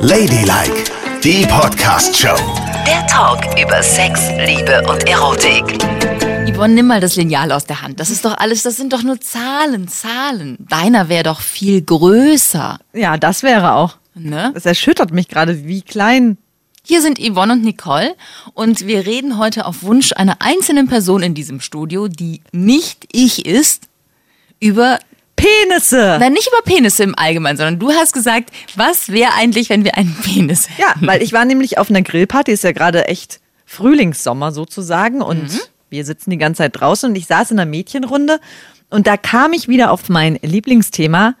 Ladylike, die Podcast-Show. Der Talk über Sex, Liebe und Erotik. Yvonne, nimm mal das Lineal aus der Hand. Das ist doch alles, das sind doch nur Zahlen, Zahlen. Deiner wäre doch viel größer, Ja, das wäre auch. ne? Das erschüttert mich gerade, wie klein. Hier sind Yvonne und Nicole und wir reden heute auf Wunsch einer einzelnen Person in diesem Studio, die nicht ich ist, über, Penisse! nein, nicht über Penisse im Allgemeinen, sondern du hast gesagt, was wäre eigentlich, wenn wir einen Penis hätten? Ja, weil ich war nämlich auf einer Grillparty, ist ja gerade echt Frühlingssommer sozusagen und wir sitzen die ganze Zeit draußen und ich saß in einer Mädchenrunde und da kam ich wieder auf mein Lieblingsthema.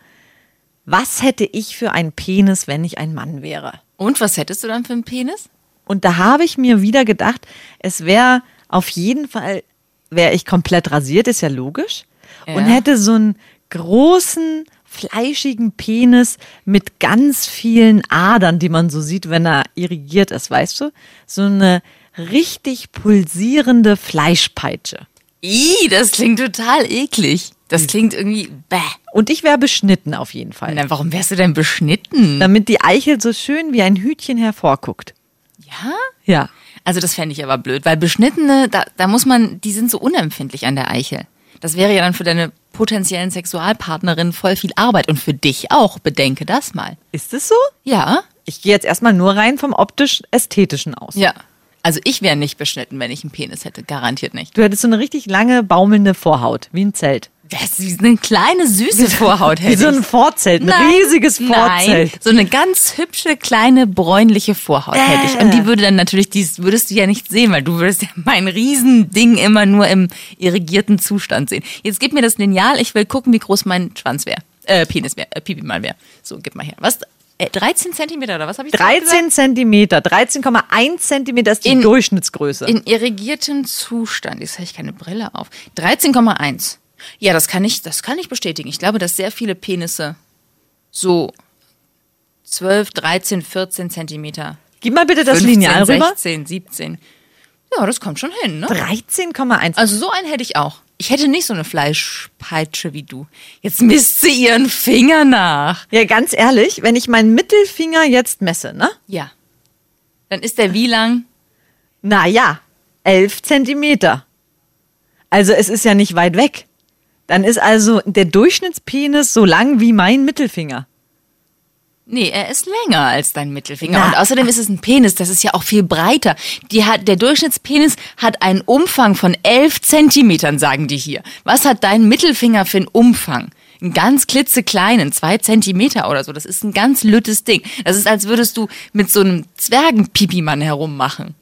Was hätte ich für einen Penis, wenn ich ein Mann wäre? Und was hättest du dann für einen Penis? Und da habe ich mir wieder gedacht, es wäre auf jeden Fall, wäre ich komplett rasiert, ist ja logisch. Und Ja. hätte so einen großen, fleischigen Penis mit ganz vielen Adern, die man so sieht, wenn er irrigiert ist, weißt du? So eine richtig pulsierende Fleischpeitsche. Ih, das klingt total eklig. Das Hm. klingt irgendwie, bäh. Und ich wäre beschnitten auf jeden Fall. Na, warum wärst du denn beschnitten? Damit die Eichel so schön wie ein Hütchen hervorguckt. Ja? Ja. Also das fände ich aber blöd, weil beschnittene, da, da muss man, die sind so unempfindlich an der Eichel. Das wäre ja dann für deine potenziellen Sexualpartnerin voll viel Arbeit und für dich auch, bedenke das mal. Ist es so? Ja? Ich gehe jetzt erstmal nur rein vom optisch-ästhetischen aus. Ja. Also ich wäre nicht beschnitten, wenn ich einen Penis hätte, garantiert nicht. Du hättest so eine richtig lange, baumelnde Vorhaut, wie ein Zelt. Das ist eine kleine süße Vorhaut hätte Wie so ein ich. Vorzelt, ein Nein, riesiges Nein, Vorzelt. so eine ganz hübsche kleine bräunliche Vorhaut hätte ich. Äh. Und die würde dann natürlich, die würdest du ja nicht sehen, weil du würdest ja mein Riesending immer nur im irrigierten Zustand sehen. Jetzt gib mir das Lineal, ich will gucken, wie groß mein Schwanz wäre. Äh, Penis wäre, äh, Pipi mal wäre. So, gib mal her. Was? Äh, 13 Zentimeter oder was habe ich gerade gesagt? 13 Zentimeter, 13,1 Zentimeter ist die In- Durchschnittsgröße. In irrigiertem Zustand. Jetzt habe ich keine Brille auf. 13,1. Ja, das kann ich, das kann ich bestätigen. Ich glaube, dass sehr viele Penisse so 12, 13, 14 Zentimeter. Gib mal bitte das 15, Lineal rüber. 16, 17. Ja, das kommt schon hin, ne? 13,1. Also so einen hätte ich auch. Ich hätte nicht so eine Fleischpeitsche wie du. Jetzt misst sie ihren Finger nach. Ja, ganz ehrlich, wenn ich meinen Mittelfinger jetzt messe, ne? Ja. Dann ist der wie lang? Naja, 11 Zentimeter. Also es ist ja nicht weit weg. Dann ist also der Durchschnittspenis so lang wie mein Mittelfinger. Nee, er ist länger als dein Mittelfinger. Na. Und außerdem ist es ein Penis, das ist ja auch viel breiter. Die hat, der Durchschnittspenis hat einen Umfang von 11 Zentimetern, sagen die hier. Was hat dein Mittelfinger für einen Umfang? Einen ganz klitzekleinen, zwei Zentimeter oder so. Das ist ein ganz lüttes Ding. Das ist, als würdest du mit so einem Zwergenpipimann herummachen.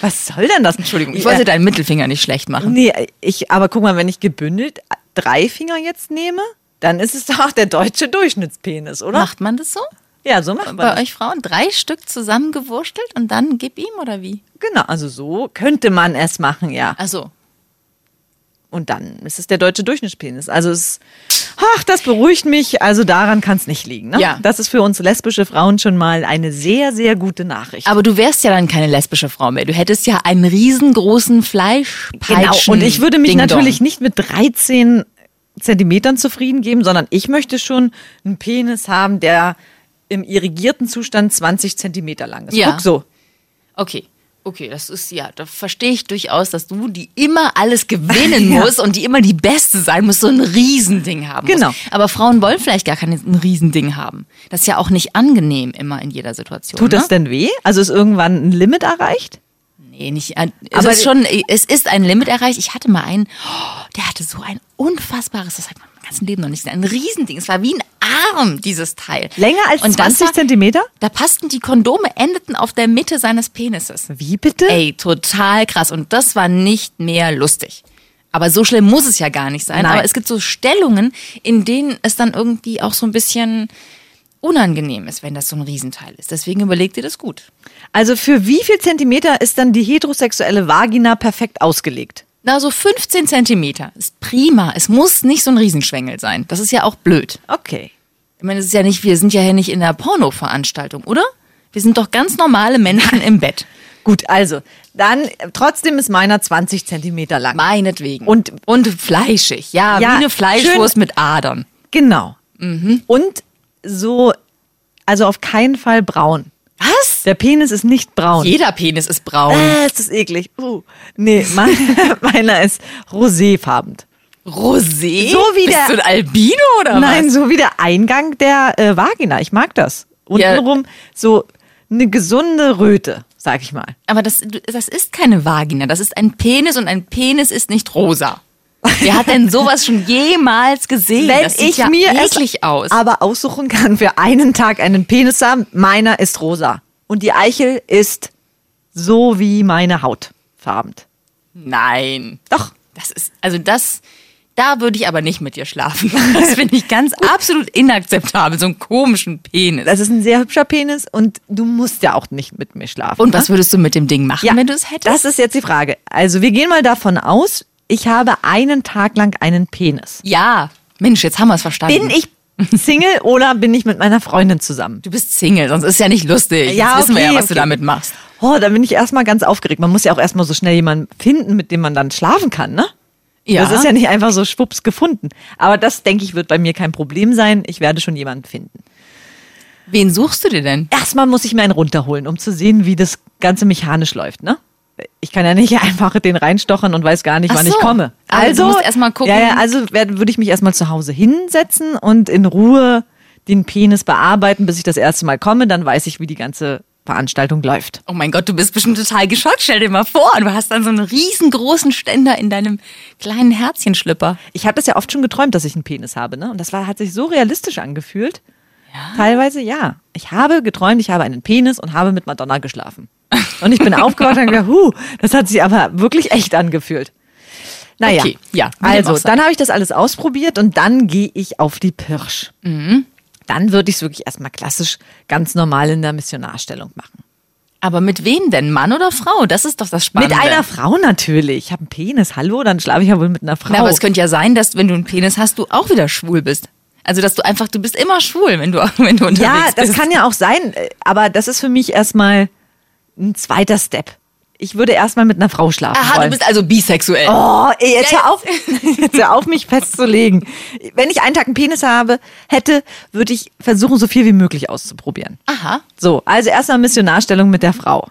Was soll denn das? Entschuldigung, ich wollte deinen Mittelfinger nicht schlecht machen. Nee, ich, aber guck mal, wenn ich gebündelt drei Finger jetzt nehme, dann ist es doch der deutsche Durchschnittspenis, oder? Macht man das so? Ja, so macht man Bei das. euch Frauen drei Stück zusammengewurschtelt und dann gib ihm oder wie? Genau, also so könnte man es machen, ja. Ach so. Und dann ist es der deutsche Durchschnittspenis. Also es, ach, das beruhigt mich. Also daran kann es nicht liegen. Ne? Ja. Das ist für uns lesbische Frauen schon mal eine sehr, sehr gute Nachricht. Aber du wärst ja dann keine lesbische Frau mehr. Du hättest ja einen riesengroßen Fleischpeitschen. Genau, Und ich würde mich Ding-Dong. natürlich nicht mit 13 Zentimetern zufrieden geben, sondern ich möchte schon einen Penis haben, der im irrigierten Zustand 20 Zentimeter lang ist. Ja. Guck so. Okay. Okay, das ist ja, da verstehe ich durchaus, dass du, die immer alles gewinnen Ja. muss und die immer die Beste sein muss, so ein Riesending haben Genau. muss. Aber Frauen wollen vielleicht gar kein ein Riesending haben. Das ist ja auch nicht angenehm immer in jeder Situation. Tut ne? das denn weh? Also ist irgendwann ein Limit erreicht? Nee, nicht. an- Es Aber- ist schon, es ist ein Limit erreicht. Ich hatte mal einen, oh, der hatte so ein unfassbares, das hat man im ganzen Leben noch nicht gesehen, ein Riesending. Es war wie ein Arm, dieses Teil. Länger als Und das 20 war- Zentimeter? Da passten die Kondome, endeten auf der Mitte seines Penises. Wie bitte? Ey, total krass. Und das war nicht mehr lustig. Aber so schlimm muss es ja gar nicht sein. Nein. Aber es gibt so Stellungen, in denen es dann irgendwie auch so ein bisschen unangenehm ist, wenn das so ein Riesenteil ist. Deswegen überleg dir das gut. Also für wie viel Zentimeter ist dann die heterosexuelle Vagina perfekt ausgelegt? Na, so 15 Zentimeter ist prima. Es muss nicht so ein Riesenschwengel sein. Das ist ja auch blöd. Okay. Ich meine, es ist ja nicht, wir sind ja hier nicht in einer Porno-Veranstaltung, oder? Wir sind doch ganz normale Menschen im Bett. Gut, also dann äh, trotzdem ist meiner 20 Zentimeter lang. Meinetwegen. Und- und fleischig, ja, Ja, Mhm. wie eine Fleischwurst mit Adern. Genau. Und Genau. so Also auf keinen Fall braun. Was? Der Penis ist nicht braun. Jeder Penis ist braun. Äh, es ist eklig. Uh. Nee, mein, meiner ist roséfarbend. Rosé? So wie Bist der- du ein Albino oder Nein, was? so wie der Eingang der äh, Vagina. Ich mag das. Untenrum so eine gesunde Röte, sag ich mal. Aber das, das ist keine Vagina, das ist ein Penis und ein Penis ist nicht rosa. Wer hat denn sowas schon jemals gesehen? Wenn das sieht ich ja mir eklig es aus. aber aussuchen kann für einen Tag einen Penis haben, meiner ist rosa. Und die Eichel ist so wie meine Haut farbend. Nein. Doch. Das ist, also das, da würde ich aber nicht mit dir schlafen. Das finde ich ganz absolut inakzeptabel, so einen komischen Penis. Das ist ein sehr hübscher Penis und du musst ja auch nicht mit mir schlafen. ne? Und was würdest du mit dem Ding machen, Ja, wenn du es hättest? Das ist jetzt die Frage. Also wir gehen mal davon aus, ich habe einen Tag lang einen Penis. ja. Mensch, jetzt haben wir es verstanden. Bin ich Single oder bin ich mit meiner Freundin zusammen? Du bist Single, sonst ist ja nicht lustig. Ja, Jetzt wissen wir okay, ja, was du okay. damit machst. Oh, da bin ich erstmal ganz aufgeregt. Man muss ja auch erstmal so schnell jemanden finden, mit dem man dann schlafen kann, ne? Ja. Das ist ja nicht einfach so schwupps gefunden. Aber das, denke ich, wird bei mir kein Problem sein. Ich werde schon jemanden finden. Wen suchst du dir denn? Erstmal muss ich mir einen runterholen, um zu sehen, wie das Ganze mechanisch läuft, ne? Ich kann ja nicht einfach den reinstochern und weiß gar nicht, Ach wann so. ich komme. Also, Aber du musst erst mal gucken. Ja, ja, also werd- würde ich mich erstmal zu Hause hinsetzen und in Ruhe den Penis bearbeiten, bis ich das erste Mal komme. Dann weiß ich, wie die ganze Veranstaltung läuft. Oh mein Gott, du bist bestimmt total geschockt. Stell dir mal vor, du hast dann so einen riesengroßen Ständer in deinem kleinen Herzchenschlipper. Ich habe das ja oft schon geträumt, dass ich einen Penis habe, ne? Und das war, hat sich so realistisch angefühlt. Teilweise ja. Ich habe geträumt, ich habe einen Penis und habe mit Madonna geschlafen. Und ich bin aufgewacht und habe gedacht, huh, das hat sich aber wirklich echt angefühlt. Naja, Okay, ja, wie dem also auch sei. dann habe ich das alles ausprobiert und dann gehe ich auf die Pirsch. Mhm. Dann würde ich es wirklich erstmal klassisch ganz normal in der Missionarstellung machen. Aber mit wem denn? Mann oder Frau? Das ist doch das Spannende. Mit einer Frau natürlich. Ich habe einen Penis, hallo, dann schlafe ich ja wohl mit einer Frau. Na, aber es könnte ja sein, dass wenn du einen Penis hast, du auch wieder schwul bist. Also, dass du einfach, du bist immer schwul, wenn du, wenn du unterwegs Ja, das bist. kann ja auch sein, äh, aber das ist für mich erstmal ein zweiter Step. Ich würde erstmal mit einer Frau schlafen Aha, du wollen. bist also bisexuell. oh, ey, jetzt hör auf, jetzt hör auf, mich festzulegen. Wenn ich einen Tag einen Penis habe, hätte, würde ich versuchen, so viel wie möglich auszuprobieren. Aha. Mhm. So, also erstmal Missionarstellung mit der Frau.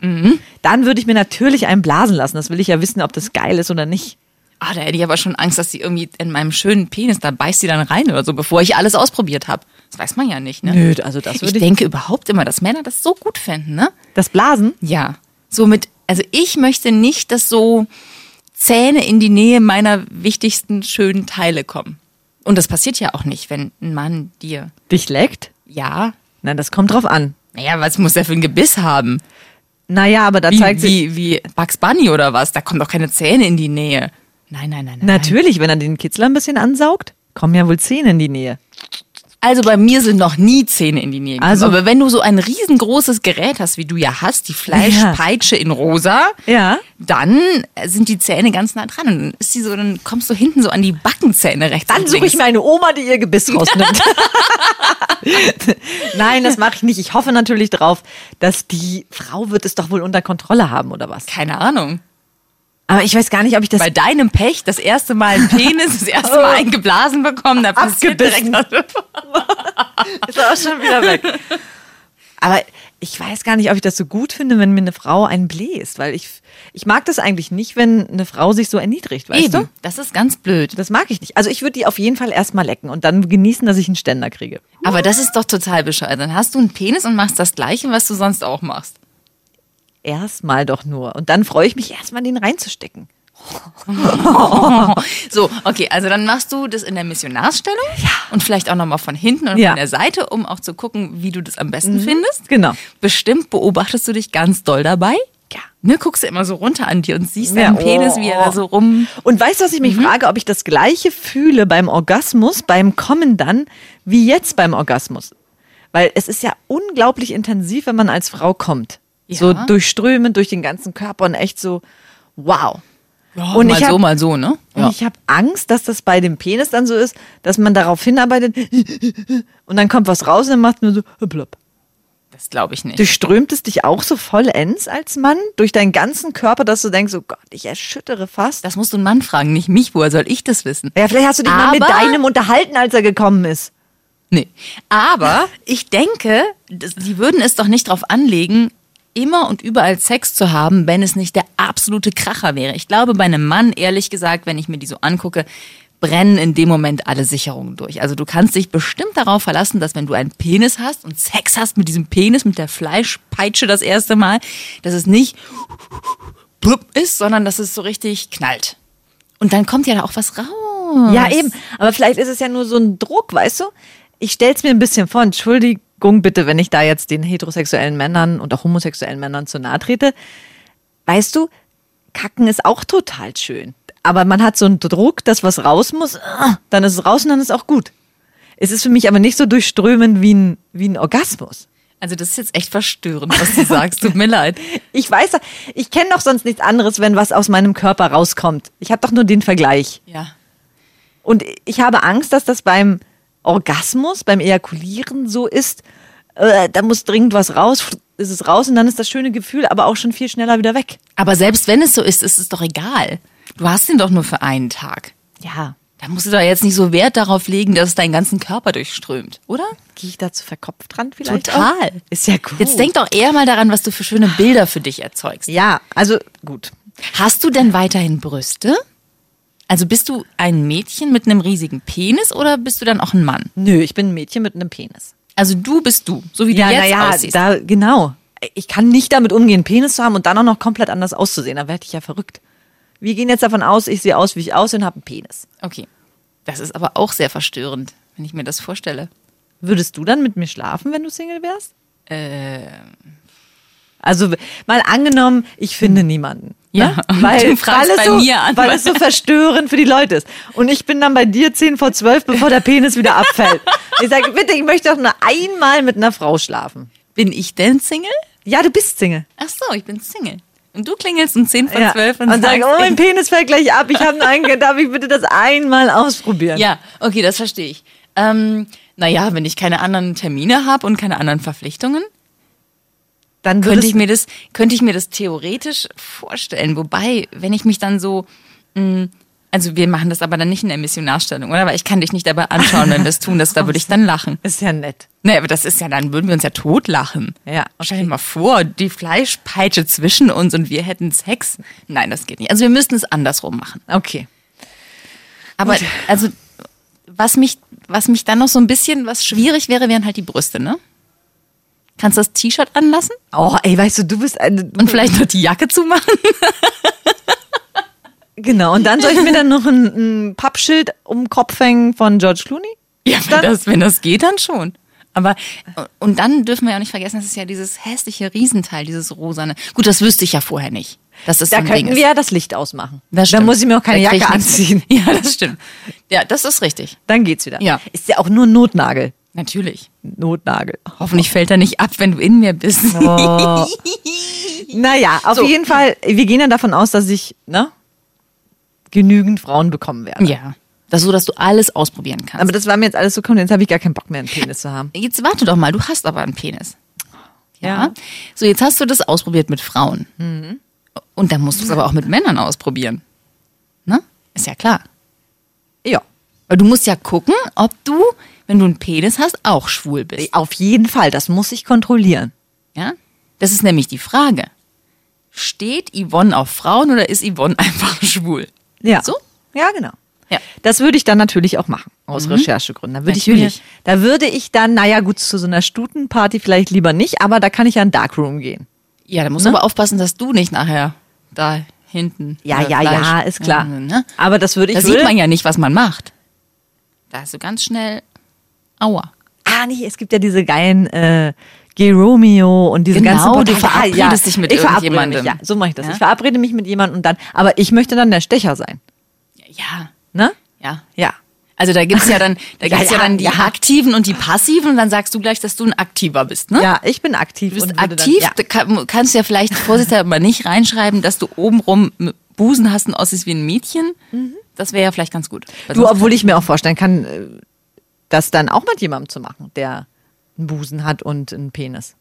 Dann würde ich mir natürlich einen blasen lassen. Das will ich ja wissen, ob das geil ist oder nicht. Ah, da hätte ich aber schon Angst, dass sie irgendwie in meinem schönen Penis, da beißt sie dann rein oder so, bevor ich alles ausprobiert habe. Das weiß man ja nicht, ne? Nö, also das Ich würde ich- denke überhaupt immer, dass Männer das so gut finden, ne? Das Blasen? Ja. Somit, also ich möchte nicht, dass so Zähne in die Nähe meiner wichtigsten schönen Teile kommen. Und das passiert ja auch nicht, wenn ein Mann dir, Dich leckt? ja, Nein, das kommt drauf an. naja, was muss der für ein Gebiss haben? Naja, aber da Wie, zeigt sich. wie, wie Bugs Bunny oder was? Da kommen doch keine Zähne in die Nähe. Nein, nein, nein, nein. nein. Natürlich, wenn er den Kitzler ein bisschen ansaugt, kommen ja wohl Zähne in die Nähe. Also bei mir sind noch nie Zähne in die Nähe. gekommen. Also- aber wenn du so ein riesengroßes Gerät hast, wie du ja hast, die Fleischpeitsche in rosa, Ja. dann sind die Zähne ganz nah dran. Und dann ist die so, dann kommst du hinten so an die Backenzähne rechts. Dann und suche ich links. mir eine Oma, die ihr Gebiss rausnimmt. Nein, das mache ich nicht. Ich hoffe natürlich drauf, dass die Frau wird es doch wohl unter Kontrolle haben oder was. Keine Ahnung. Aber ich weiß gar nicht, ob ich das Oh. Bei deinem Pech das erste Mal ein Penis, das erste Mal eingeblasen bekommen, da passiert direkt Abgebissen. ist auch schon wieder weg. Aber ich weiß gar nicht, ob ich das so gut finde, wenn mir eine Frau einen bläst, weil ich ich mag das eigentlich nicht, wenn eine Frau sich so erniedrigt, weißt du? Eben. Das ist ganz blöd. Das mag ich nicht. Also ich würde die auf jeden Fall erstmal lecken und dann genießen, dass ich einen Ständer kriege. Aber das ist doch total bescheuert. Dann hast du einen Penis und machst das Gleiche, was du sonst auch machst. Erstmal doch nur. Und dann freue ich mich erstmal, den reinzustecken. So, okay, also dann machst du das in der Missionarsstellung und vielleicht auch nochmal von hinten und Ja. von der Seite, um auch zu gucken, wie du das am besten findest. genau. Bestimmt beobachtest du dich ganz doll dabei. Ja. Ne, guckst du immer so runter an dir und siehst deinen Ja, Penis, oh. wie er da so rum. Mhm. Und weißt du, was ich mich frage, ob ich das gleiche fühle beim Orgasmus, beim Kommen dann, wie jetzt beim Orgasmus? Weil es ist ja unglaublich intensiv, wenn man als Frau kommt. Ja. So durchströmend durch den ganzen Körper und echt so, wow. mal ich hab- so, mal so, ne? Und ich habe Angst, dass das bei dem Penis dann so ist, dass man darauf hinarbeitet und dann kommt was raus und dann macht nur so, blub. Das glaube ich nicht. Durchströmt es dich auch so vollends als Mann durch deinen ganzen Körper, dass du denkst, oh Gott, ich erschüttere fast? Das musst du einen Mann fragen, nicht mich. Woher soll ich das wissen? Ja, vielleicht hast du dich mal mit Aber- deinem unterhalten, als er gekommen ist. Nee. Aber ich denke, das- sie würden es doch nicht drauf anlegen, immer und überall Sex zu haben, wenn es nicht der absolute Kracher wäre. Ich glaube, bei einem Mann, ehrlich gesagt, wenn ich mir die so angucke, brennen in dem Moment alle Sicherungen durch. Also du kannst dich bestimmt darauf verlassen, dass wenn du einen Penis hast und Sex hast mit diesem Penis, mit der Fleischpeitsche das erste Mal, dass es nicht plupp ist, sondern dass es so richtig knallt. Und dann kommt ja da auch was raus. Ja, eben. Aber vielleicht ist es ja nur so ein Druck, weißt du? Ich stell's mir ein bisschen vor, Entschuldigung bitte, wenn ich da jetzt den heterosexuellen Männern und auch homosexuellen Männern zu nahe trete. Weißt du, Kacken ist auch total schön. Aber man hat so einen Druck, dass was raus muss, ah, dann ist es raus und dann ist es auch gut. Es ist für mich aber nicht so durchströmend wie ein, wie ein Orgasmus. Also das ist jetzt echt verstörend, was du sagst. Tut mir leid. Ich weiß, doch- ich kenne doch sonst nichts anderes, wenn was aus meinem Körper rauskommt. Ich habe doch nur den Vergleich. Ja. Und ich habe Angst, dass das beim Orgasmus, beim Ejakulieren so ist. Äh, da muss dringend was raus, ist es raus und dann ist das schöne Gefühl aber auch schon viel schneller wieder weg. Aber selbst wenn es so ist, ist es doch egal. Du hast ihn doch nur für einen Tag. Ja. Da musst du doch jetzt nicht so Wert darauf legen, dass es deinen ganzen Körper durchströmt, oder? Gehe ich da zu verkopft dran vielleicht? Total. Auch? Ist ja gut. Jetzt denk doch eher mal daran, was du für schöne Bilder für dich erzeugst. Ja, also gut. Hast du denn weiterhin Brüste? Also bist du ein Mädchen mit einem riesigen Penis oder bist du dann auch ein Mann? Nö, ich bin ein Mädchen mit einem Penis. Also du bist du, so wie du jetzt aussiehst. da, genau. Ich kann nicht damit umgehen, Penis zu haben und dann auch noch komplett anders auszusehen. Da werde ich ja verrückt. Wir gehen jetzt davon aus, ich sehe aus, wie ich aussehe und habe einen Penis. okay. Das ist aber auch sehr verstörend, wenn ich mir das vorstelle. Würdest du dann mit mir schlafen, wenn du Single wärst? Ähm. Also mal angenommen, ich finde niemanden. Hm. Ja, und du fragst bei so, mir an. weil es so verstörend für die Leute ist. Und ich bin dann bei dir 10 vor 12, bevor der Penis wieder abfällt. Ich sage, bitte, ich möchte doch nur einmal mit einer Frau schlafen. Bin ich denn Single? Ja, du bist Single. Ach so, ich bin Single. Und du klingelst um 10 vor ja. 12 und sag, oh, mein Penis fällt gleich ab. Ich habe einen, darf ich bitte das einmal ausprobieren? Ja, okay, das verstehe ich. Ähm, naja, wenn ich keine anderen Termine habe und keine anderen Verpflichtungen, Dann könnte würdest- ich, mir das, könnte ich mir das theoretisch vorstellen. Wobei, wenn ich mich dann so. Mh, also, wir machen das aber dann nicht in der Missionarstellung, oder? Weil ich kann dich nicht dabei anschauen, wenn wir es tun. Das, da würde ich dann lachen. ist ja nett. Nee, aber das ist ja, dann würden wir uns ja totlachen. Ja, Stell dir mal vor, die Fleischpeitsche zwischen uns und wir hätten Sex. Nein, das geht nicht. Also, wir müssten es andersrum machen. Okay. Aber also was mich, was mich dann noch so ein bisschen, was schwierig wäre, wären halt die Brüste, ne? Kannst du das T-Shirt anlassen Oh, ey, weißt du, du bist eine. und vielleicht noch die Jacke zumachen? Genau, und dann soll ich mir dann noch ein, ein Pappschild um den Kopf hängen von George Clooney? Ja, wenn Dann- das, wenn das geht, dann schon. Aber und dann dürfen wir ja auch nicht vergessen, das ist ja dieses hässliche Riesenteil, dieses rosane. Gut, das wüsste ich ja vorher nicht. Das ist Da so ein Ding könnten wir ist. ja das Licht ausmachen. Das dann stimmt. muss ich mir auch keine Da krieg Jacke ich nichts anziehen. mit. Ja, das stimmt. Ja, das ist richtig. Dann geht's wieder. Ja. Ist ja auch nur ein Notnagel. Natürlich. Oh. Notnagel. Hoffentlich fällt er nicht ab, wenn du in mir bist. Naja, auf So. jeden Fall, wir gehen ja davon aus, dass ich, ne? Genügend Frauen bekommen werde. ja. Das so, dass du alles ausprobieren kannst. Aber das war mir jetzt alles so komm, jetzt habe ich gar keinen Bock mehr, einen Penis zu haben. Jetzt warte doch mal, du hast aber einen Penis. Ja. Ja. So, jetzt hast du das ausprobiert mit Frauen. Mhm. Und dann musst du es aber auch mit Männern ausprobieren. Ne? Ist ja klar. Ja. Weil du musst ja gucken, ob du, wenn du einen Penis hast, auch schwul bist. Auf jeden Fall, das muss ich kontrollieren. Ja? Das ist nämlich die Frage. Steht Yvonne auf Frauen oder ist Yvonne einfach schwul? Ja. So? Ja, genau. Ja. Mhm. Das würde ich dann natürlich auch machen, aus Recherchegründen. Da würde, ich mir, Natürlich. da würde ich dann, naja gut, zu so einer Stutenparty vielleicht lieber nicht, aber da kann ich ja in den Darkroom gehen. Ja, da musst Ne? du aber aufpassen, dass du nicht nachher da hinten. Ja, äh, ja, ja, Fleisch- ist klar. Ne? Aber das würde ich Da sieht würde- man ja nicht, was man macht. Da hast du ganz schnell. Aua. Ah, nee, es gibt ja diese geilen äh, Geromeo und diese Genau, ganzen Portale. du verabredest Ah, dich mit ich verabrede irgendjemandem. Mich, ja, so mache ich das. Ja? Ich verabrede mich mit jemandem und dann, aber ich möchte dann der Stecher sein, Ja, ne? ja. Ja. Also da gibt's ja dann, da Ja, gibt's ja, ja, dann die ja. Aktiven und die Passiven und dann sagst du gleich, dass du ein Aktiver bist, ne? Ja, ich bin aktiv. Du bist und würde aktiv, Dann, da kann, kannst du ja vielleicht vorsichtshalber mal nicht reinschreiben, dass du obenrum m- Busen hast und aussiehst wie ein Mädchen. Das wäre ja vielleicht ganz gut. ja. Mhm. Du, obwohl ich mir auch vorstellen kann, äh, das dann auch mit jemandem zu machen, der einen Busen hat und einen Penis.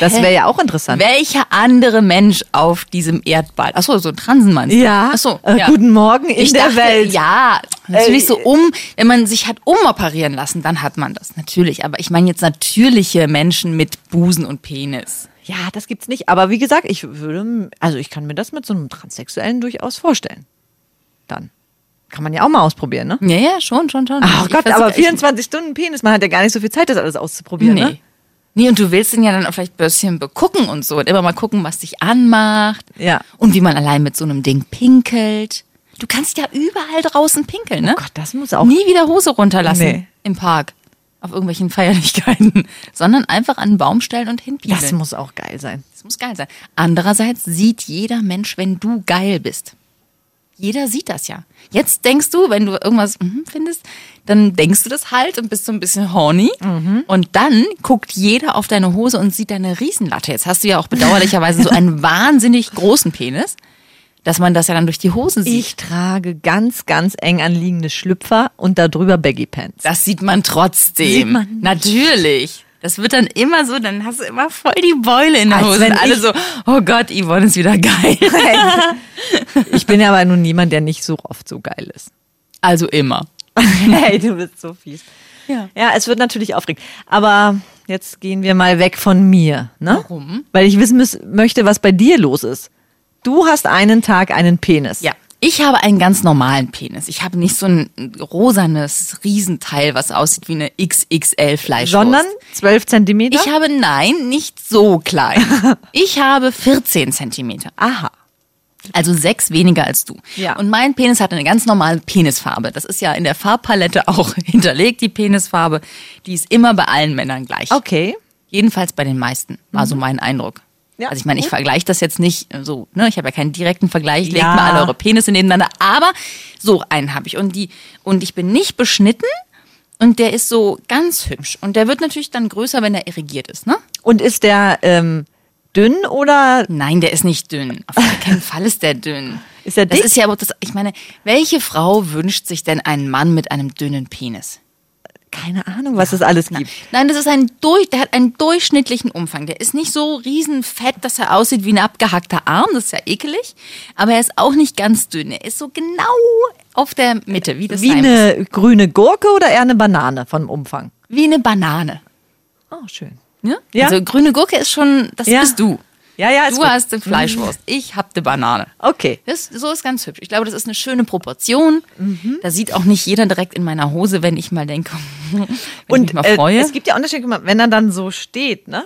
Das wäre ja auch interessant. Welcher andere Mensch auf diesem Erdball? Achso, so ein Transenmann. Ja. Achso. Äh, Guten Morgen in ich der dachte, Welt. Äh, Ja, natürlich so um, wenn man sich hat umoperieren lassen, dann hat man das, natürlich. Aber ich meine jetzt natürliche Menschen mit Busen und Penis. Ja, das gibt's nicht. Aber wie gesagt, ich würde, also ich kann mir das mit so einem Transsexuellen durchaus vorstellen. Dann kann man ja auch mal ausprobieren, ne? Ja, ja, schon, schon, schon. Ach Hm, Ich Gott, versuch- aber ich- 24 Stunden Penis, man hat ja gar nicht so viel Zeit, das alles auszuprobieren, Nee. ne? Nee, und du willst ihn ja dann auch vielleicht ein bisschen begucken und so und immer mal gucken, was dich anmacht. Ja. Und wie man allein mit so einem Ding pinkelt. Du kannst ja überall draußen pinkeln, ne? Oh Gott, das muss auch- Nie wieder Hose runterlassen Nee. im Park. Auf irgendwelchen Feierlichkeiten. Sondern einfach an einen Baum stellen und hinpinkeln. Das muss auch geil sein. Das muss geil sein. Andererseits sieht jeder Mensch, wenn du geil bist. Jeder sieht das ja. Jetzt denkst du, wenn du irgendwas mhm, findest, dann denkst du das halt und bist so ein bisschen horny. Mhm. Und dann guckt jeder auf deine Hose und sieht deine Riesenlatte. Jetzt hast du ja auch bedauerlicherweise so einen wahnsinnig großen Penis, dass man das ja dann durch die Hose sieht. Ich trage ganz, ganz eng anliegende Schlüpfer und darüber Baggy Pants. Das sieht man trotzdem. Sieht man nicht. Natürlich. Das wird dann immer so, dann hast du immer voll die Beule in der Als Hose. wenn und alle ich- so, oh Gott, Yvonne ist wieder geil. Ich bin aber nun niemand, der nicht so oft so geil ist. Also immer. hey, du bist so fies. Ja. ja, es wird natürlich aufregend. Aber jetzt gehen wir mal weg von mir. Ne? Warum? Weil ich wissen müß, möchte, was bei dir los ist. Du hast einen Tag einen Penis. Ja. Ich habe einen ganz normalen Penis. Ich habe nicht so ein rosanes Riesenteil, was aussieht wie eine XXL Fleischwurst. Sondern 12 Zentimeter? ich habe nein, nicht so klein. Ich habe 14 Zentimeter. Aha. Also sechs weniger als du. Ja. Und mein Penis hat eine ganz normale Penisfarbe. Das ist ja in der Farbpalette auch hinterlegt, die Penisfarbe. Die ist immer bei allen Männern gleich. Okay. Mhm. Jedenfalls bei den meisten, war so mein Eindruck. Ja, also ich meine, ich gut. vergleiche das jetzt nicht äh, so, ne? Ich habe ja keinen direkten Vergleich, legt Ja. mal alle eure Penisse nebeneinander, aber so einen habe ich. Und die, und ich bin nicht beschnitten und der ist so ganz hübsch. Und der wird natürlich dann größer, wenn er irrigiert ist, ne? Und ist der ähm, dünn oder Nein, der ist nicht dünn. Auf gar keinen Fall ist der dünn. Ist er das dick? ist ja aber das, ich meine, welche Frau wünscht sich denn einen Mann mit einem dünnen Penis? keine Ahnung, was es alles gibt? Nein, das ist ein durch, der hat einen durchschnittlichen Umfang. Der ist nicht so riesenfett, dass er aussieht wie ein abgehackter Arm. Das ist ja ekelig. Aber er ist auch nicht ganz dünn. Er ist so genau auf der Mitte, wie das Wie sein muss. eine grüne Gurke oder eher eine Banane vom Umfang? wie eine Banane. Oh, schön. Ne? Ja. Also grüne Gurke ist schon, das Ja. bist du. Ja, ja, ist Du gut. Mhm. hast den Fleischwurst, ich hab die Banane. Okay. Das, so ist ganz hübsch. Ich glaube, das ist eine schöne Proportion. Mhm. Da sieht auch nicht jeder direkt in meiner Hose, wenn ich mal denke, wenn ich mich mal äh, freue. es gibt ja Unterschiede, guck mal, wenn er dann so steht, ne?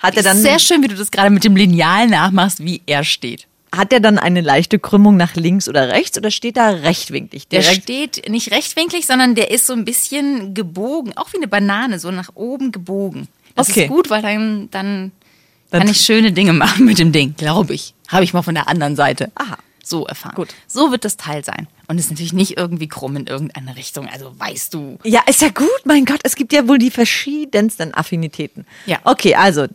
Hat er ist dann sehr schön, wie du das gerade mit dem Lineal nachmachst, wie er steht. hat er dann eine leichte Krümmung nach links oder rechts oder steht da rechtwinklig Der direkt? steht nicht rechtwinklig, sondern der ist so ein bisschen gebogen, auch wie eine Banane, so nach oben gebogen. Das Okay. ist gut, weil dann, dann, Dann- kann ich schöne Dinge machen mit dem Ding, glaube ich. Habe ich mal von der anderen Seite Aha. so erfahren. Gut. So wird das Teil sein. Und ist natürlich nicht irgendwie krumm in irgendeine Richtung. Also weißt du. Ja, ist ja gut, mein Gott, es gibt ja wohl die verschiedensten Affinitäten. Ja. Okay, also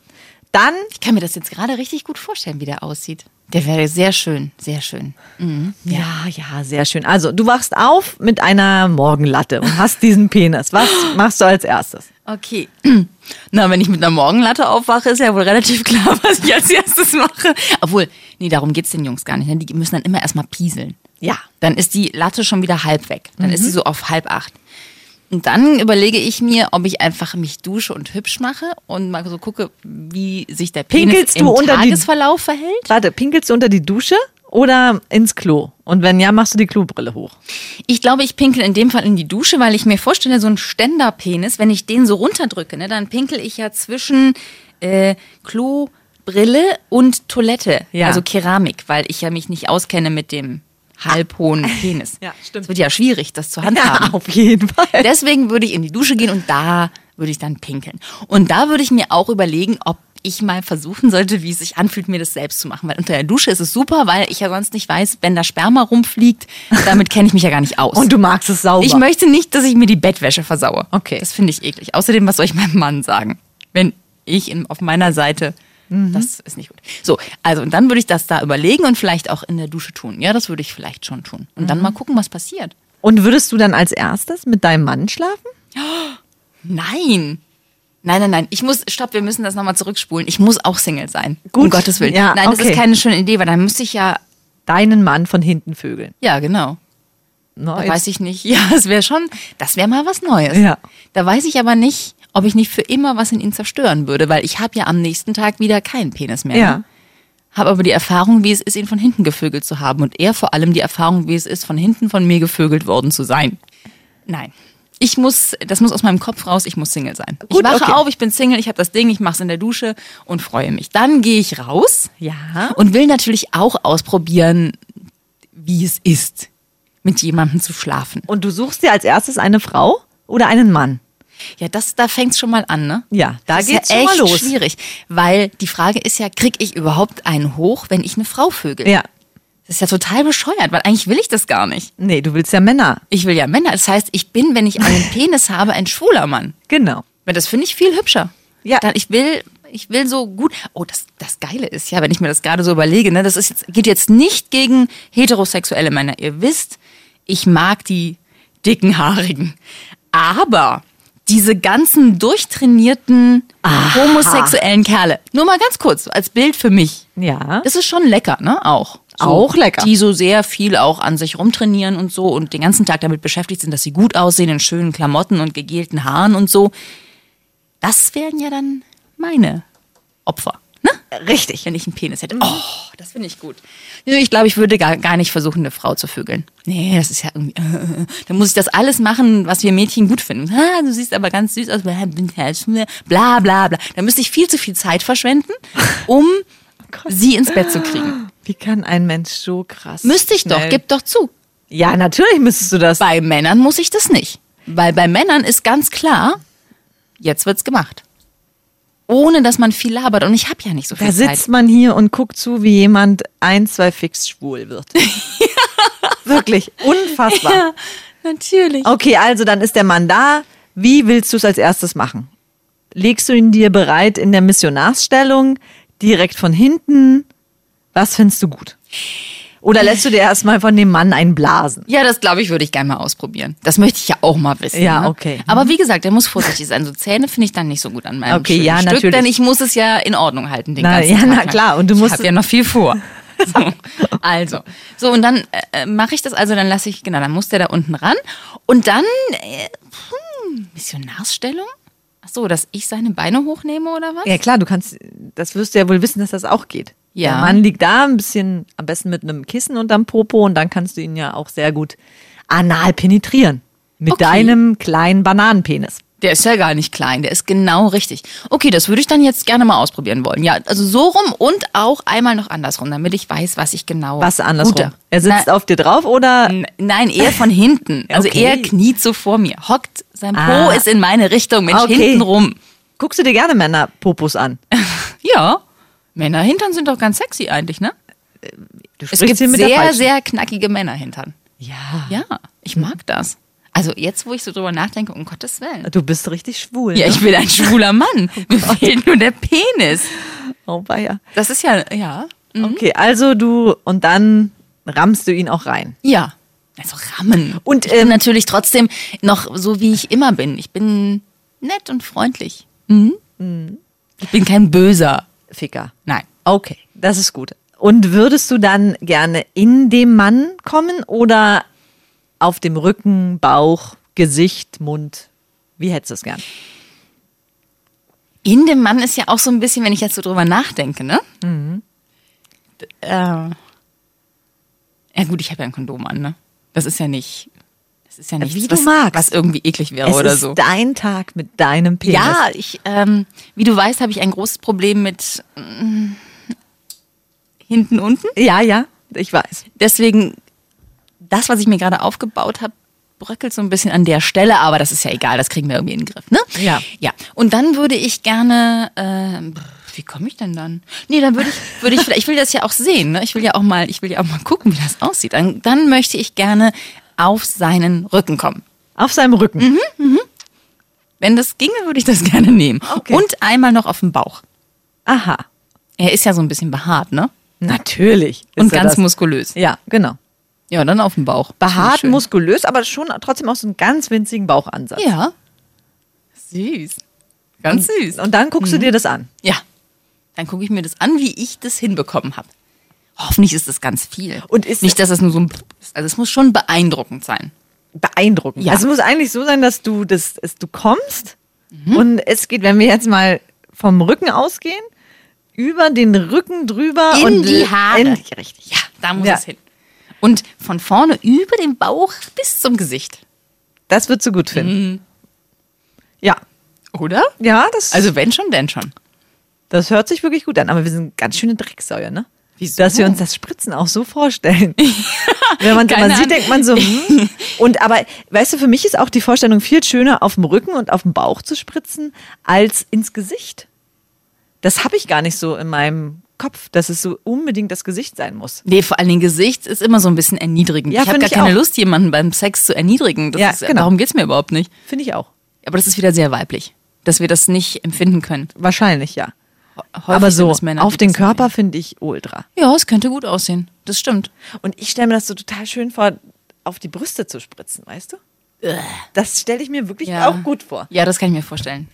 dann Ich kann mir das jetzt gerade richtig gut vorstellen, wie der aussieht. Der wäre sehr schön, sehr schön. Mhm. ja, ja, sehr schön. Also, du wachst auf mit einer Morgenlatte und hast diesen Penis. Was machst du als erstes? Okay. Na, wenn ich mit einer Morgenlatte aufwache, ist ja wohl relativ klar, was ich als erstes mache. Obwohl, nee, darum geht's den Jungs gar nicht. Ne? Die müssen dann immer erstmal pieseln. Ja. Dann ist die Latte schon wieder halb weg. Dann ist sie so auf halb acht. Und dann überlege ich mir, ob ich einfach mich dusche und hübsch mache und mal so gucke, wie sich der Penis Pinkelst im du unter die- Tagesverlauf verhält. Warte, pinkelst du unter die Dusche oder ins Klo? Und wenn ja, machst du die Klobrille hoch. Ich glaube, ich pinkel in dem Fall in die Dusche, weil ich mir vorstelle, so ein Ständerpenis, wenn ich den so runterdrücke, ne, dann pinkel ich ja zwischen äh, Klobrille und Toilette, Ja. also Keramik, weil ich ja mich nicht auskenne mit dem halbhohen Penis. Ah. Ja, stimmt. Es wird ja schwierig, das zu handhaben. auf jeden Fall. Deswegen würde ich in die Dusche gehen und da würde ich dann pinkeln. Und da würde ich mir auch überlegen, ob ich mal versuchen sollte, wie es sich anfühlt, mir das selbst zu machen. Weil unter der Dusche ist es super, weil ich ja sonst nicht weiß, wenn da Sperma rumfliegt, damit kenne ich mich ja gar nicht aus. Und du magst es sauber. Ich möchte nicht, dass ich mir die Bettwäsche versaue. Okay. Das finde ich eklig. Außerdem, was soll ich meinem Mann sagen, wenn ich in, auf meiner Seite. Mhm. Das ist nicht gut. So, also und dann würde ich das da überlegen und vielleicht auch in der Dusche tun. Ja, das würde ich vielleicht schon tun. Und Mhm. dann mal gucken, was passiert. Und würdest du dann als erstes mit deinem Mann schlafen? Nein. Nein, nein, nein. Ich muss, stopp, wir müssen das nochmal zurückspulen. Ich muss auch Single sein. Gut. Um Gottes Willen. Ja, nein, das okay. ist keine schöne Idee, weil dann müsste ich ja. Deinen Mann von hinten vögeln. Ja, genau. No, Da Oh, jetzt- weiß ich nicht. Ja, das wäre schon, das wäre mal was Neues. Ja. Da weiß ich aber nicht, ob ich nicht für immer was in ihm zerstören würde, weil ich habe ja am nächsten Tag wieder keinen Penis mehr. ne? ja. Habe aber die Erfahrung, wie es ist, ihn von hinten gevögelt zu haben und er vor allem die Erfahrung, wie es ist, von hinten von mir gevögelt worden zu sein. Nein. Ich muss, das muss aus meinem Kopf raus, ich muss Single sein. Gut, ich wache okay. auf, ich bin Single, ich habe das Ding, ich mache es in der Dusche und freue mich. Dann gehe ich raus Ja. und will natürlich auch ausprobieren, wie es ist, mit jemandem zu schlafen. Und du suchst dir als erstes eine Frau oder einen Mann? Ja, das, da fängt's schon mal an, ne? Ja, da Das ist geht's ja schon echt mal los. schwierig, weil die Frage ist ja, krieg ich überhaupt einen hoch, wenn ich eine Frau vögel? Ja. Das ist ja total bescheuert, weil eigentlich will ich das gar nicht. Nee, du willst ja Männer. Ich will ja Männer. Das heißt, ich bin, wenn ich einen Penis habe, ein schwuler Mann. Genau. Weil Das finde ich viel hübscher. Ja. Dann ich will, ich will so gut. Oh, das, das Geile ist ja, wenn ich mir das gerade so überlege, ne, das ist jetzt, geht jetzt nicht gegen heterosexuelle Männer. Ihr wisst, ich mag die dicken Haarigen. Aber diese ganzen durchtrainierten homosexuellen Kerle, nur mal ganz kurz als Bild für mich. Ja. Das ist schon lecker, ne? Auch. Auch lecker. Die so sehr viel auch an sich rumtrainieren und so und den ganzen Tag damit beschäftigt sind, dass sie gut aussehen in schönen Klamotten und gegelten Haaren und so. Das wären ja dann meine Opfer, ne? Richtig. Wenn ich einen Penis hätte. Oh, das finde ich gut. Nö, Ich glaube, ich würde gar, gar nicht versuchen, eine Frau zu vögeln. Nee, das ist ja irgendwie. Äh, da muss ich das alles machen, was wir Mädchen gut finden. Ha, du siehst aber ganz süß aus. halt Bla, bla, bla. Da müsste ich viel zu viel Zeit verschwenden, um sie ins Bett zu kriegen. Wie kann ein Mensch so krass? Müsste ich doch, schnell- gib doch zu. Ja, natürlich müsstest du das. Bei Männern muss ich das nicht. Weil bei Männern ist ganz klar, jetzt wird's gemacht. Ohne dass man viel labert. Und ich habe ja nicht so viel Da Zeit. sitzt man hier und guckt zu, wie jemand ein, zwei Fix schwul wird. Wirklich unfassbar. Ja, natürlich. Okay, also dann ist der Mann da. Wie willst du es als erstes machen? Legst du ihn dir bereit in der Missionarsstellung, direkt von hinten? Was findest du gut? Oder lässt du dir erstmal von dem Mann einblasen? Hm. Ja, das glaube ich, würde ich gerne mal ausprobieren. Das möchte ich ja auch mal wissen. Ja, ne? okay. Hm. Aber wie gesagt, der muss vorsichtig sein. So Zähne finde ich dann nicht so gut an meinem Okay, schönen ja, Stück, natürlich. denn ich muss es ja in Ordnung halten, den Na, ganzen ja, Tag. na lang. klar, und du Ich musst- habe ja noch viel vor. So, also, so und dann äh, mache ich das also, dann lasse ich, genau, dann muss der da unten ran und dann äh, hm, Missionarsstellung? Ach so, dass ich seine Beine hochnehme oder was? Ja klar, du kannst, das wirst du ja wohl wissen, dass das auch geht. Ja. Der Mann liegt da ein bisschen, am besten mit einem Kissen unterm Popo und dann kannst du ihn ja auch sehr gut anal penetrieren. Mit Okay. deinem kleinen Bananenpenis. Der ist ja gar nicht klein, der ist genau richtig. Okay, das würde ich dann jetzt gerne mal ausprobieren wollen. Ja, also so rum und auch einmal noch andersrum, damit ich weiß, was ich genau. Was andersrum. Gute. Er sitzt Na, auf dir drauf oder n- Nein, eher von hinten. Also Okay. er kniet so vor mir, hockt, sein Po Ah. ist in meine Richtung, Mensch, Okay. hinten rum. guckst du dir gerne Männerpopos an? Ja, Männer hintern sind doch ganz sexy eigentlich, ne? Du Es sprichst gibt hier mit der sehr, Falschen. Hm. sehr knackige Männer hintern. Ja. Ja, ich mag das. Also jetzt, wo ich so drüber nachdenke, um Gottes Willen. Du bist richtig schwul. Ja, ne? ich bin ein schwuler Mann. Mir fehlt nur der Penis. Oh, weia. Das ist ja, ja. Okay, also du und dann rammst du ihn auch rein. Ja. Also rammen. Und, ich bin ähm, natürlich trotzdem noch so, wie ich immer bin. Ich bin nett und freundlich. Mhm. Ich bin kein Böser. Ficker. Nein. Okay, das ist gut. Und würdest du dann gerne in dem Mann kommen oder auf dem Rücken, Bauch, Gesicht, Mund? Wie hättest du es gern? In dem Mann ist ja auch so ein bisschen, wenn ich jetzt so drüber nachdenke, ne? Mhm. Äh, ja gut, ich habe ja ein Kondom an, ne? Das ist ja nicht, das ist ja nicht, wie du was, magst. was irgendwie eklig wäre es oder ist so. dein Tag mit deinem Penis. Ja, ich, ähm, wie du weißt, habe ich ein großes Problem mit mm, hinten unten. ja, ja, ich weiß. deswegen, das, was ich mir gerade aufgebaut habe, bröckelt so ein bisschen an der Stelle, aber das ist ja egal, das kriegen wir irgendwie in den Griff, ne? Ja. Ja. Und dann würde ich gerne, ähm, pff, wie komme ich denn dann? Nee, dann würde ich, würde ich, vielleicht- ich will das ja auch sehen, ne? Ich will ja auch mal, ich will ja auch mal gucken, wie das aussieht. Dann, dann möchte ich gerne auf seinen Rücken kommen. Auf seinem Rücken. Mhm. Wenn das ginge, würde ich das gerne nehmen. Okay. Und einmal noch auf den Bauch. Aha, Er ist ja so ein bisschen behaart, ne? natürlich. ist Und er ganz das. muskulous. Ja, genau. Ja, dann auf den Bauch. Finde ich Behaart, schön. muskulös, aber schon trotzdem auch so einen ganz winzigen Bauchansatz. Ja. Süß. Ganz und, süß. Mhm. Und dann guckst du dir das an. Ja. Dann gucke ich mir das an, wie ich das hinbekommen habe. Hoffentlich ist das ganz viel. Und ist- nicht, dass das nur so ein ist. Also es muss schon beeindruckend sein. Beeindruckend. Ja. Also es muss eigentlich so sein, dass du das, es, du kommst Mhm. und es geht, wenn wir jetzt mal vom Rücken ausgehen, über den Rücken drüber In und die Haare. in- richtig. Ja, da muss Ja. es hin. Und von vorne über den Bauch bis zum Gesicht. Das würdest du gut finden. Mhm. Ja. Oder? Ja, das, also, Also wenn schon, denn schon. das hört sich wirklich gut an. Aber wir sind ganz schöne Drecksäue, ne? Wieso? Dass wir uns das Spritzen auch so vorstellen. Wenn man es Keine immer Ahnung. sieht, denkt man so, hm. Und aber, weißt du, für mich ist auch die Vorstellung viel schöner, auf dem Rücken und auf dem Bauch zu spritzen, als ins Gesicht. Das habe ich gar nicht so in meinem Kopf, dass es so unbedingt das Gesicht sein muss. Nee, vor allen Dingen Gesicht ist immer so ein bisschen erniedrigend. Ja, ich habe find gar ich keine auch. Lust, jemanden beim Sex zu erniedrigen. Das Ja, ist, genau. Darum geht's mir überhaupt nicht. Finde ich auch. Aber das ist wieder sehr weiblich, dass wir das nicht empfinden können. Wahrscheinlich, ja. Häufig Aber sind so, es Männer, auf die den das Körper finde ich ultra. empfinden. Ja, es könnte gut aussehen. Das stimmt. Und ich stelle mir das so total schön vor, auf die Brüste zu spritzen, weißt du? Das stelle ich mir wirklich auch gut vor. Ja, das kann ich mir vorstellen.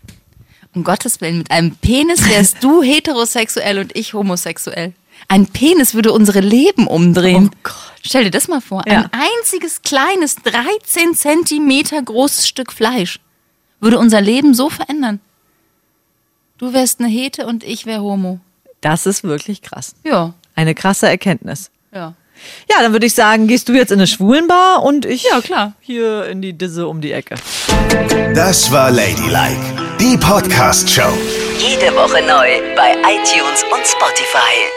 Um Gottes Willen, mit einem Penis wärst du heterosexuell und ich homosexuell. Ein Penis würde unsere Leben umdrehen. Oh Gott. Stell dir das mal vor. Ja. Ein einziges kleines, 13 Zentimeter großes Stück Fleisch würde unser Leben so verändern. Du wärst eine Hete und ich wär Homo. Das ist wirklich krass. Ja, Eine krasse Erkenntnis. ja. Ja, dann würde ich sagen, gehst du jetzt in eine Schwulenbar und ich Ja, klar. hier in die Disse um die Ecke. Das war Ladylike, die Podcast-Show. Jede Woche neu bei iTunes und Spotify.